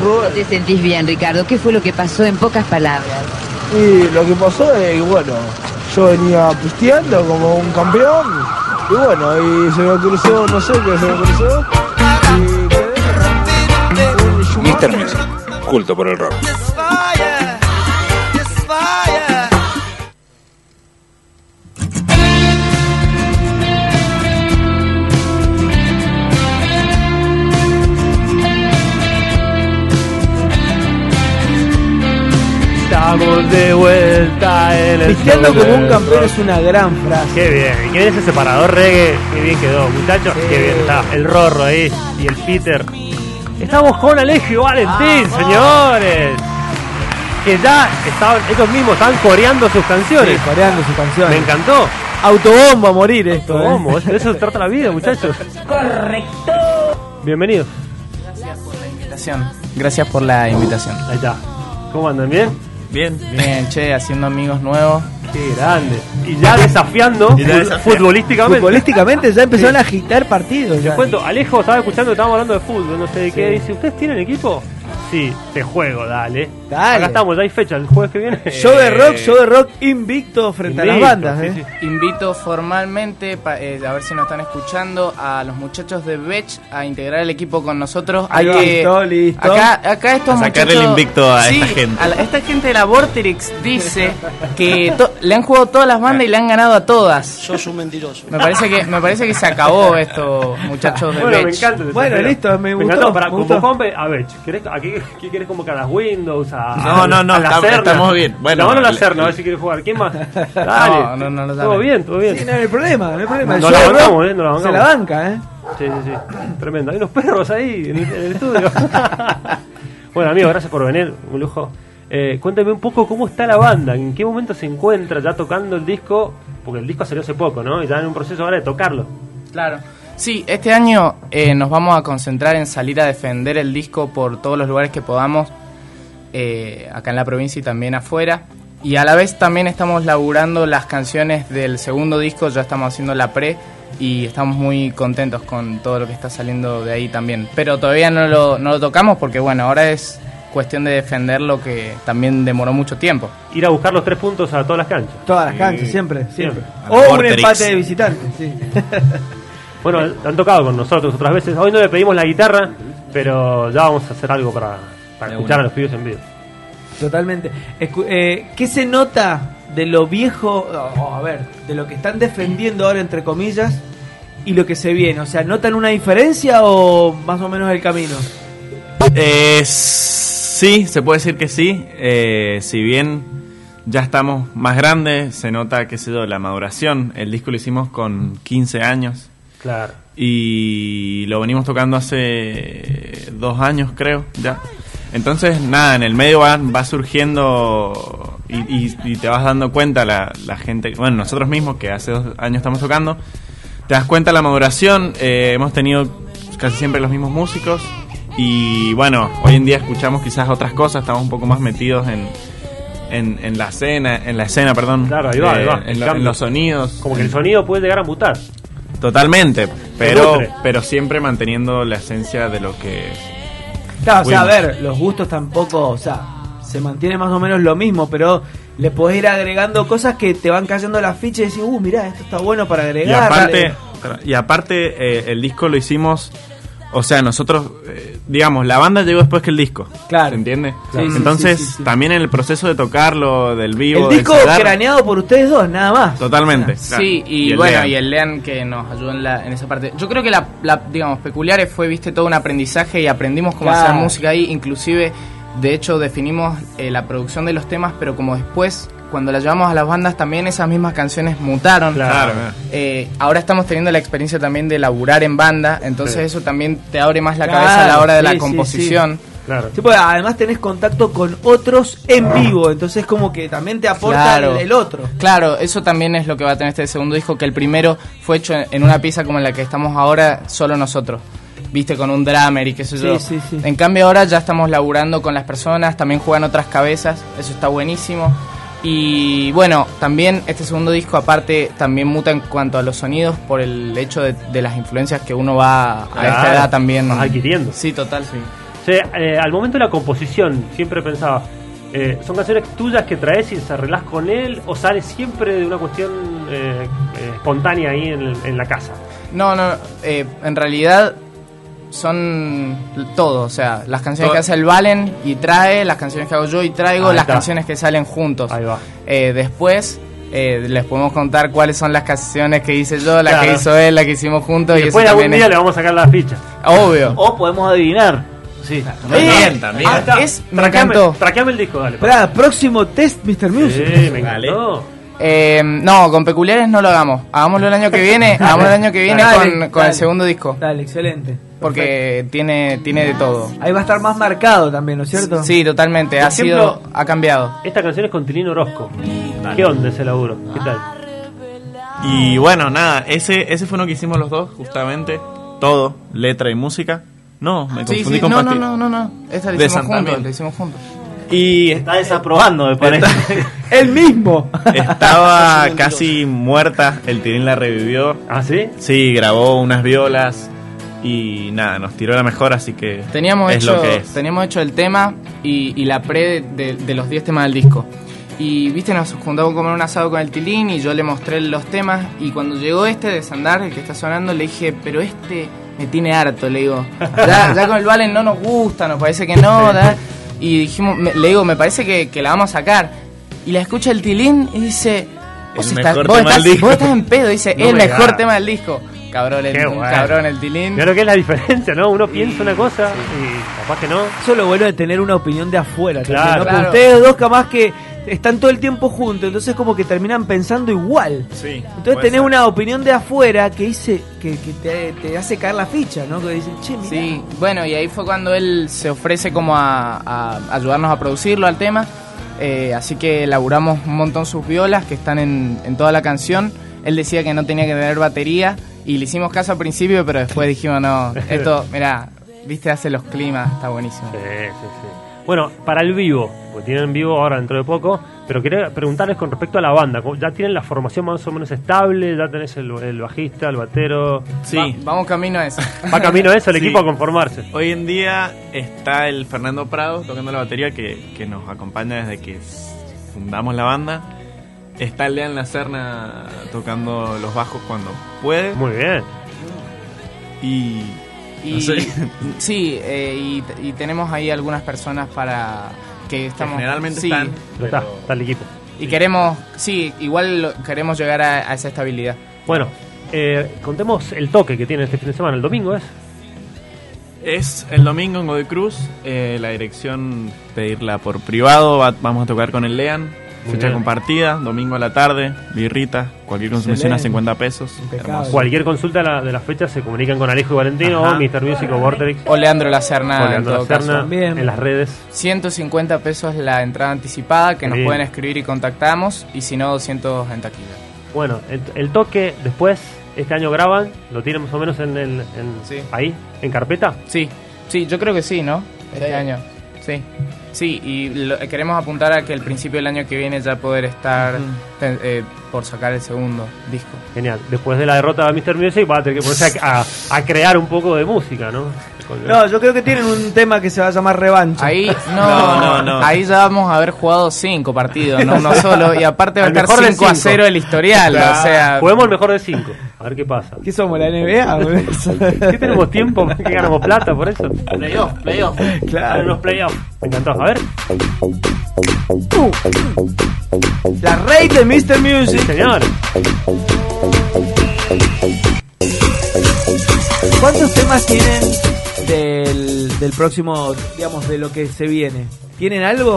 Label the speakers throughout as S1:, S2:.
S1: mejor.
S2: te sentís bien, Ricardo? ¿Qué fue lo que pasó en pocas palabras?
S1: Y lo que pasó es que, bueno, yo venía pusteando como un campeón. Y bueno, y se me cruzó, no sé qué se me cruzó. Y quedé.
S3: Mr. Music, culto por el rock.
S4: Estamos de vuelta en el
S1: Pisteando
S4: show
S1: como un
S4: del
S1: campeón
S4: rock.
S1: es una gran frase.
S4: Qué bien, y qué bien ese separador reggae, qué bien quedó, muchachos, qué bien está. El Rorro ahí y el Peter. Estamos con Alejio Valentín, señores. Que ya estaban, ellos mismos están coreando sus canciones.
S1: Coreando su canción.
S4: Me encantó.
S1: Autobomba a morir esto. ¿eh?
S4: Vamos, de eso se trata la vida, muchachos.
S5: Correcto.
S4: Bienvenidos.
S6: invitación. Gracias por la invitación.
S4: Ahí está. ¿Cómo andan? ¿Bien?
S3: Bien.
S6: Bien, che, haciendo amigos nuevos.
S4: Qué grande. Y ya desafiando
S3: Y ya
S4: fut-
S3: desafiando.
S4: futbolísticamente.
S1: Futbolísticamente ya empezaron a agitar partidos. ya.
S4: Te cuento, Alejo estaba escuchando, estábamos hablando de fútbol, no sé de qué. Dice, ¿ustedes tienen equipo? Sí, te juego, dale.
S1: Dale.
S4: Acá estamos, ya hay fecha, el jueves que viene.
S1: Show de Eh, rock, show de rock invicto frente a las
S4: eh, Invicto,
S1: bandas.
S4: sí,
S1: ¿eh?
S4: sí.
S6: Invito formalmente, pa- eh, a ver si nos están escuchando, a los muchachos de Bech a integrar el equipo con nosotros.
S1: Ahí va, listo, listo.
S6: Acá, acá estos
S3: A sacarle
S6: muchachos-
S3: el invicto a
S6: Sí,
S3: esta gente.
S6: a la- esta gente de la Vorterix dice que to- le han jugado todas las bandas y le han ganado a todas.
S7: Sos un mentiroso.
S6: Me parece que, me parece que se acabó esto, muchachos de
S4: Bueno, me
S6: Bech.
S4: encanta. ese
S1: Bueno,
S4: desafío.
S1: listo, me gustó,
S4: encantó, para
S1: me gustó.
S4: convocar a ver, ¿querés, a qué, qué querés convocar? ¿A las Windows? A,
S3: No,
S4: a-
S3: no, no,
S4: a la
S3: está-
S4: Cerna?
S3: estamos bien. Bueno,
S4: no, no la
S3: le-
S4: Cerna, a ver si quieres jugar. ¿Quién más? Dale.
S6: No, no, no lo
S4: Todo
S6: saben.
S4: bien, todo bien.
S1: Sí, no hay problema, no hay problema. El
S4: No
S1: show
S4: la
S1: de rock
S4: bancamos, ¿eh? No la
S1: Se la
S4: bancamos.
S1: banca, ¿eh?
S4: Sí, sí, sí. Tremendo. Hay unos perros ahí en el, en el estudio. bueno, amigo, gracias por venir. Un lujo. Eh, cuéntame un poco cómo está la banda. ¿En qué momento se encuentra ya tocando el disco? Porque el disco salió hace poco, ¿no? Y ya en un proceso ahora de tocarlo.
S6: Claro. Sí, este año eh, nos vamos a concentrar en salir a defender el disco por todos los lugares que podamos, eh, acá en la provincia y también afuera. Y a la vez también estamos laburando las canciones del segundo disco, ya estamos haciendo la pre y estamos muy contentos con todo lo que está saliendo de ahí también. Pero todavía no lo, no lo tocamos porque bueno, ahora es cuestión de defender lo que también demoró mucho tiempo.
S4: Ir a buscar los tres puntos a todas las canchas.
S1: Todas las canchas, siempre, siempre.
S3: Al
S1: O un
S3: Vorterix.
S1: empate de visitantes, sí.
S4: Bueno, han tocado con nosotros otras veces. Hoy no le pedimos la guitarra, pero ya vamos a hacer algo para, para
S3: De
S4: escuchar a
S3: una.
S4: los pibes en vivo.
S1: Totalmente. Escu- eh, ¿Qué se nota de lo viejo, o, a ver, de lo que están defendiendo ahora, entre comillas, y lo que se viene? O sea, ¿notan una diferencia o más o menos el camino?
S3: Eh, sí, se puede decir que sí. Eh, si bien ya estamos más grandes, se nota, qué sé yo, la maduración. El disco lo hicimos con 15 años
S4: Claro.
S3: y lo venimos tocando hace dos años, creo, ya. Entonces, nada, en el medio va, va surgiendo y, y- y te vas dando cuenta la, la gente, bueno, nosotros mismos que hace dos años estamos tocando, te das cuenta la maduración, eh, hemos tenido casi siempre los mismos músicos y bueno, hoy en día escuchamos quizás otras cosas, estamos un poco más metidos en, en, en la escena, en la escena, perdón,
S4: Claro, ahí va, ahí va,
S3: en
S4: el
S3: lo-
S4: cambio.
S3: en los sonidos.
S4: Como que el sonido puede llegar a mutar.
S3: Totalmente,
S4: Se
S3: pero,
S4: nutre.
S3: pero siempre manteniendo la esencia de lo que es.
S1: Claro, o sea, a
S3: Fuimos.
S1: ver, los gustos tampoco, o sea, se mantiene más o menos lo mismo, pero le podés ir agregando cosas que te van cayendo las fichas y decís, uh, mirá, esto está bueno para
S3: Y
S1: agregar.
S3: aparte, y aparte eh, el disco lo hicimos, o sea, nosotros, eh, digamos, la banda llegó después que el disco.
S1: Claro.
S3: ¿Se entiende?
S1: Claro. Sí, sí,
S3: Entonces,
S1: sí, sí, sí.
S3: también en el proceso de tocarlo, del vivo,
S1: el
S3: del
S1: disco
S3: cerrar,
S1: craneado por ustedes dos, nada más.
S3: Totalmente.
S6: Sí,
S3: claro.
S6: y,
S3: el
S6: bueno,
S3: Lean.
S6: y el Lean que nos ayudó en, la- en esa parte. Yo creo que la, la, digamos, peculiar fue, viste, todo un aprendizaje y aprendimos cómo
S1: Claro.
S6: hacer música ahí. Inclusive, de hecho, definimos eh, la producción de los temas, pero como después, cuando la llevamos a las bandas, también esas mismas canciones mutaron.
S3: Claro,
S6: Eh, ahora estamos teniendo la experiencia también de laburar en banda, entonces
S4: Sí.
S6: eso también te abre más la
S1: Claro,
S6: cabeza a la hora de
S1: sí,
S6: la
S1: sí,
S6: composición.
S4: Claro.
S1: Sí, porque además tenés contacto con otros en vivo, entonces como que también te aporta
S6: Ah. Claro.
S1: el, el otro.
S6: Claro, eso también es lo que va a tener este segundo disco, que el primero fue hecho en- en una pieza como en la que estamos ahora, solo nosotros. Viste, con un drummer y qué sé
S1: Sí,
S6: yo.
S1: sí, sí.
S6: En cambio ahora ya estamos laburando con las personas, también juegan otras cabezas, eso está buenísimo. Y bueno, también este segundo disco aparte también muta en cuanto a los sonidos por el hecho de, de las influencias que uno va a
S4: Claro,
S6: esta edad también.
S4: vas adquiriendo.
S6: Sí, total, sí.
S4: O sea, eh, al momento de la composición, siempre pensaba, eh, ¿son canciones tuyas que traes y arreglás con él o sale siempre de una cuestión eh, eh, espontánea ahí en, el- en la casa?
S6: No, no, eh, en realidad son todo, o sea, las canciones que hace el Valen y trae, las canciones que hago yo y traigo,
S4: Ahí
S6: las
S4: está.
S6: canciones que salen juntos.
S4: Ahí va.
S6: Eh, después eh, les podemos contar cuáles son las canciones que hice yo, las
S4: Claro.
S6: que hizo él, las que hicimos juntos. Y, eso
S4: Después de algún
S6: también
S4: día
S6: es
S4: le vamos a sacar la ficha.
S6: obvio.
S5: O podemos adivinar. Sí.
S3: También, también.
S6: Ah, es- me
S4: Traqueame-
S6: encantó.
S4: traqueame el disco, dale.
S1: Esperá, próximo test Mr. Music.
S4: Sí, me
S3: Dale.
S4: encantó.
S6: Eh, no, con peculiares no lo hagamos. Hagámoslo el año que viene, hagámoslo el año que viene
S1: Dale,
S6: con, con
S1: dale.
S6: el segundo disco.
S1: Dale, excelente.
S6: Porque tiene, tiene de todo.
S1: Ahí va a estar más marcado también, ¿no es cierto?
S6: Sí, totalmente.
S4: Por
S6: Ha sido,
S4: ejemplo-
S6: ha cambiado.
S4: Esta canción es con Tilino Orozco. ¿Qué onda ese laburo? ¿Qué tal?
S3: Y bueno, nada, ese, ese fue uno que hicimos los dos, justamente. Todo, letra y música. No, me confundí
S6: Sí, sí,
S3: con
S6: no, no,
S3: Pati.
S6: no, no, no. Esta la
S3: De
S6: hicimos
S3: Santa
S6: juntos,
S3: Mil.
S6: la hicimos juntos.
S3: Y
S5: Está desaprobando, me parece.
S1: El mismo.
S3: estaba casi muerta, el Tirín la revivió.
S4: ¿Ah, sí?
S3: Sí, grabó unas violas y nada, nos tiró la mejor, así que
S6: Teníamos,
S3: es
S6: hecho,
S3: lo que es.
S6: teníamos hecho el tema y, y la pre de, de- de los 10 temas del disco. Y viste, nos juntamos a comer un asado con el Tilín y yo le mostré los temas. Y cuando llegó este de Sandar, el que está sonando, le dije, pero este me tiene harto, le digo. Ya, ya con el Valen no nos gusta, nos parece que no. da". Y dijimos, me- le digo, me parece que, que la vamos a sacar. Y la escucha el Tilín y dice, vos,
S3: El
S6: estás,
S3: mejor
S6: vos
S3: tema del
S6: estás-
S3: disco.
S6: vos estás en pedo, dice,
S3: No
S6: el
S3: me
S6: mejor
S3: da.
S6: tema del disco. Cabrón, el,
S4: Qué
S6: un
S4: bueno.
S6: cabrón el Tilín.
S4: Mira lo que es la diferencia, ¿no? Uno piensa una cosa y capaz que no.
S1: Eso es lo bueno de tener una opinión de afuera. también, ¿no?
S4: Claro.
S1: Porque
S6: Claro.
S1: Ustedes dos capaz que están todo el tiempo juntos, entonces como que terminan pensando igual.
S3: Sí,
S1: Entonces
S3: puede
S1: tenés
S3: ser.
S1: una opinión de afuera que dice que, que te, te hace caer la ficha, ¿no? Que dicen, che, mirá.
S6: Sí, bueno, y ahí fue cuando él se ofrece como a, a ayudarnos a producirlo al tema. Eh, así que elaboramos un montón sus violas que están en, en toda la canción. Él decía que no tenía que tener batería y le hicimos caso al principio, pero después dijimos, no, esto, mira, viste, hace los climas, está buenísimo.
S4: Sí, sí, sí. Bueno, para el vivo, porque tienen vivo ahora dentro de poco, pero quería preguntarles con respecto a la banda. ¿cómo- ¿Ya tienen la formación más o menos estable? ¿Ya tenés el, el bajista, el batero?
S3: Sí.
S6: Va- vamos camino a eso.
S4: ¿Va camino a eso el
S3: Sí.
S4: equipo a conformarse?
S3: Hoy en día está el Fernando Prado tocando la batería que, que nos acompaña desde que s- fundamos la banda. Está Lean La Serna tocando los bajos cuando puede.
S4: Muy bien.
S3: Y
S6: Y,
S3: No sé.
S6: Sí, eh, y, t- y tenemos ahí algunas personas para que estamos...
S3: generalmente
S6: sí,
S3: están.
S4: Ya está, está el equipo.
S6: Y queremos, sí, igual lo- queremos llegar a- a esa estabilidad.
S4: Bueno, eh, contemos el toque que tienen este fin de semana. El domingo es.
S3: Es el domingo en Godoy Cruz. eh, la dirección, pedirla por privado. va- vamos a tocar con el Lean.
S4: Muy
S3: Fecha
S4: bien.
S3: compartida, domingo a la tarde, birrita, cualquier consumición a
S1: Excelente.
S3: 50 pesos.
S1: Impecable.
S3: Hermoso.
S4: Cualquier consulta de la- de las fechas se comunican con Alejo y Valentino
S3: Ajá.
S4: o Mr. Music o Vorterix.
S6: O Leandro Lacerna,
S4: o Leandro
S6: en todo
S4: Lacerna,
S6: caso.
S1: Bien.
S4: en las redes.
S6: 150 pesos la entrada anticipada, que nos
S4: Bien.
S6: pueden escribir y contactamos, y si no, 200 en taquilla.
S4: Bueno, el, el toque después, este año graban, lo tienen más o menos en, en- en-
S6: Sí.
S4: ahí, en carpeta.
S6: Sí, sí, yo creo que sí, ¿no? Este año. Sí. Sí, y lo- eh, queremos apuntar a que el principio del año que viene ya poder estar ten- eh, por sacar el segundo disco.
S4: Genial. Después de la derrota de Mr. Music, va a tener que ponerse a, a- a crear un poco de música, ¿no? Con-
S1: No, yo creo que tienen un tema que se va a llamar revancha.
S6: Ahí no,
S3: No, no, no.
S6: ahí ya vamos a haber jugado cinco partidos, no uno solo, y aparte va a
S4: Al
S6: estar
S4: mejor de
S6: 5 a
S4: cinco.
S6: 0 el historial, o sea,
S4: Juguemos el mejor de cinco. A ver qué pasa.
S1: ¿Qué somos, la NBA? boludo?
S4: ¿Qué tenemos tiempo? ¿Qué ganamos plata por eso?
S5: playoff, playoff.
S4: Claro. los playoffs. Me encantó. A ver,
S1: La rey de Mr. Music.
S4: señor.
S1: ¿Cuántos temas tienen del, del próximo, digamos, de lo que se viene? ¿Tienen algo?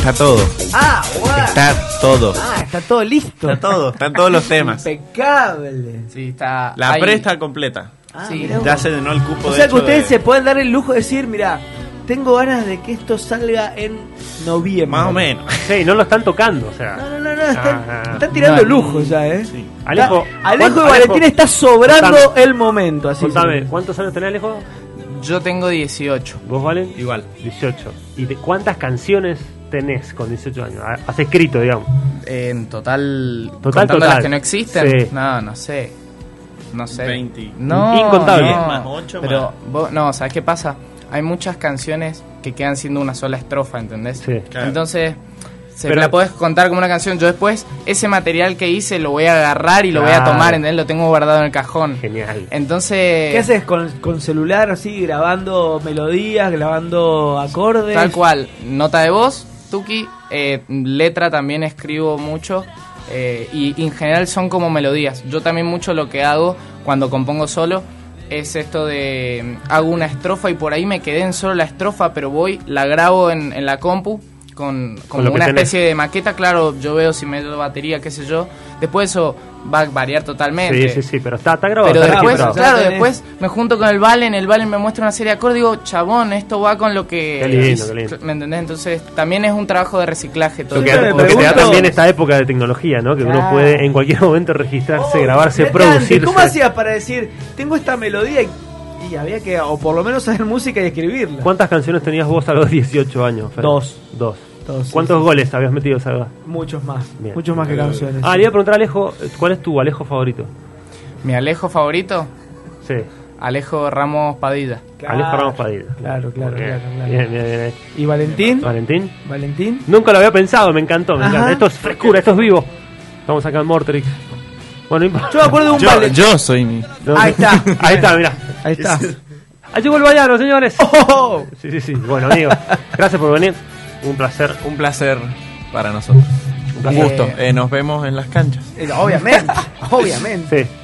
S3: Está todo.
S1: Ah, guau.
S3: Está todo.
S1: Ah, está todo listo.
S3: Está todo. Están todos los temas.
S1: Impecable.
S6: sí, está
S3: La
S6: ahí.
S3: pre está completa.
S1: Ah,
S6: Sí.
S1: mirá vos.
S3: Ya se llenó el cupo
S1: O
S3: de
S1: sea que
S3: hecho,
S1: ustedes
S3: de-
S1: se pueden dar el lujo de decir, mira, tengo ganas de que esto salga en noviembre.
S3: Más o menos.
S4: Sí, no lo están tocando, o sea.
S1: No, no, no, no, están,
S4: Ajá.
S1: están tirando
S6: No.
S1: lujo ya, ¿eh?
S4: Alejo,
S1: Está- Alejo y
S4: ¿cuánto-
S1: Valentín está sobrando
S4: Contame.
S1: el momento, así
S4: Contame,
S1: que-
S4: ¿cuántos años tenés, Alejo?
S6: Yo tengo 18.
S4: ¿Vos, Valen?
S3: Igual.
S4: 18. ¿Y de cuántas canciones tenés con 18 años? Ah, Has escrito, digamos.
S6: En total,
S4: Total,
S6: contando
S4: total.
S6: las que no existen,
S4: Sí.
S6: no, no sé. no sé.
S3: 20.
S6: No,
S4: Incontable.
S6: no.
S5: Más ocho,
S6: Pero,
S5: más.
S6: vos- no, ¿sabes qué pasa? Hay muchas canciones que quedan siendo una sola estrofa, ¿entendés?
S4: Sí.
S3: Claro.
S6: Entonces, se
S4: Pero-
S6: la podés contar como una canción. Yo después, ese material que hice lo voy a agarrar y lo voy a
S4: Claro.
S6: tomar, ¿entendés? Lo tengo guardado en el cajón.
S4: Genial.
S6: Entonces,
S1: ¿Qué haces con, con celular así, grabando melodías, grabando acordes?
S6: tal cual, nota de voz, Tuki, eh, letra también escribo mucho. eh, y, y en general son como melodías. Yo también mucho lo que hago cuando compongo solo es esto de mm, hago una estrofa y por ahí me quedé en solo la estrofa, pero voy, la grabo en, en la compu con, como
S4: lo que
S6: una
S4: tenés.
S6: especie de maqueta, claro, yo veo si me doy batería, qué sé yo. Después eso va a variar totalmente.
S4: Sí, sí, sí, pero está, está grabado.
S6: Pero
S4: está
S6: después,
S4: registrado.
S1: Ya
S6: claro,
S1: tenés.
S6: después me junto con el Valen, el Valen me muestra una serie de acordes, digo, chabón, esto va con lo que...
S4: Qué lindo, qué lindo.
S6: ¿Me entendés? Entonces, también es un trabajo de reciclaje
S4: Lo
S6: todo el
S4: que,
S1: Siempre me
S6: tiempo.
S4: lo que te da
S1: pregunto-
S4: también esta época de tecnología, ¿no? Que uno
S1: Claro.
S4: puede en cualquier momento registrarse,
S1: Oh,
S4: grabarse,
S1: mirá,
S4: producirse.
S1: Andy, ¿Cómo hacías para decir, tengo esta melodía y, y había que, o por lo menos hacer música y escribirla?
S4: ¿Cuántas canciones tenías vos a los 18 años? Fer?
S1: Dos.
S4: Dos.
S1: Dos, sí,
S4: ¿Cuántos
S1: sí.
S4: goles habías metido, Salva?
S1: Muchos más,
S4: Bien.
S1: muchos más que canciones.
S4: Ah, le iba a preguntar a Alejo, ¿cuál es tu Alejo favorito?
S6: Mi Alejo favorito,
S4: Sí,
S6: Alejo Ramos Padilla.
S1: Claro.
S4: Alejo Ramos Padilla.
S1: Claro, claro,
S4: Bien,
S1: claro, claro.
S4: Bien, bien, bien.
S1: ¿Y Valentín?
S4: ¿Valentín?
S1: ¿Valentín?
S4: Nunca lo había pensado, me encantó, me
S1: Ajá.
S4: encanta. Esto es frescura, esto es vivo. Estamos acá en Mortrix. Bueno, no importa.
S1: Yo me acuerdo de un
S3: Yo,
S1: Valentín.
S3: yo soy mi.
S1: Ahí está.
S4: Ahí está, mirá.
S1: Ahí está.
S4: Ahí llegó el vallano, señores.
S1: Oh,
S4: Sí, sí, sí. Bueno, amigos, gracias por venir. Un placer.
S3: Un placer para nosotros. Un
S6: placer.
S3: gusto. Eh, nos vemos en las canchas.
S1: eh, obviamente, obviamente.
S4: Sí.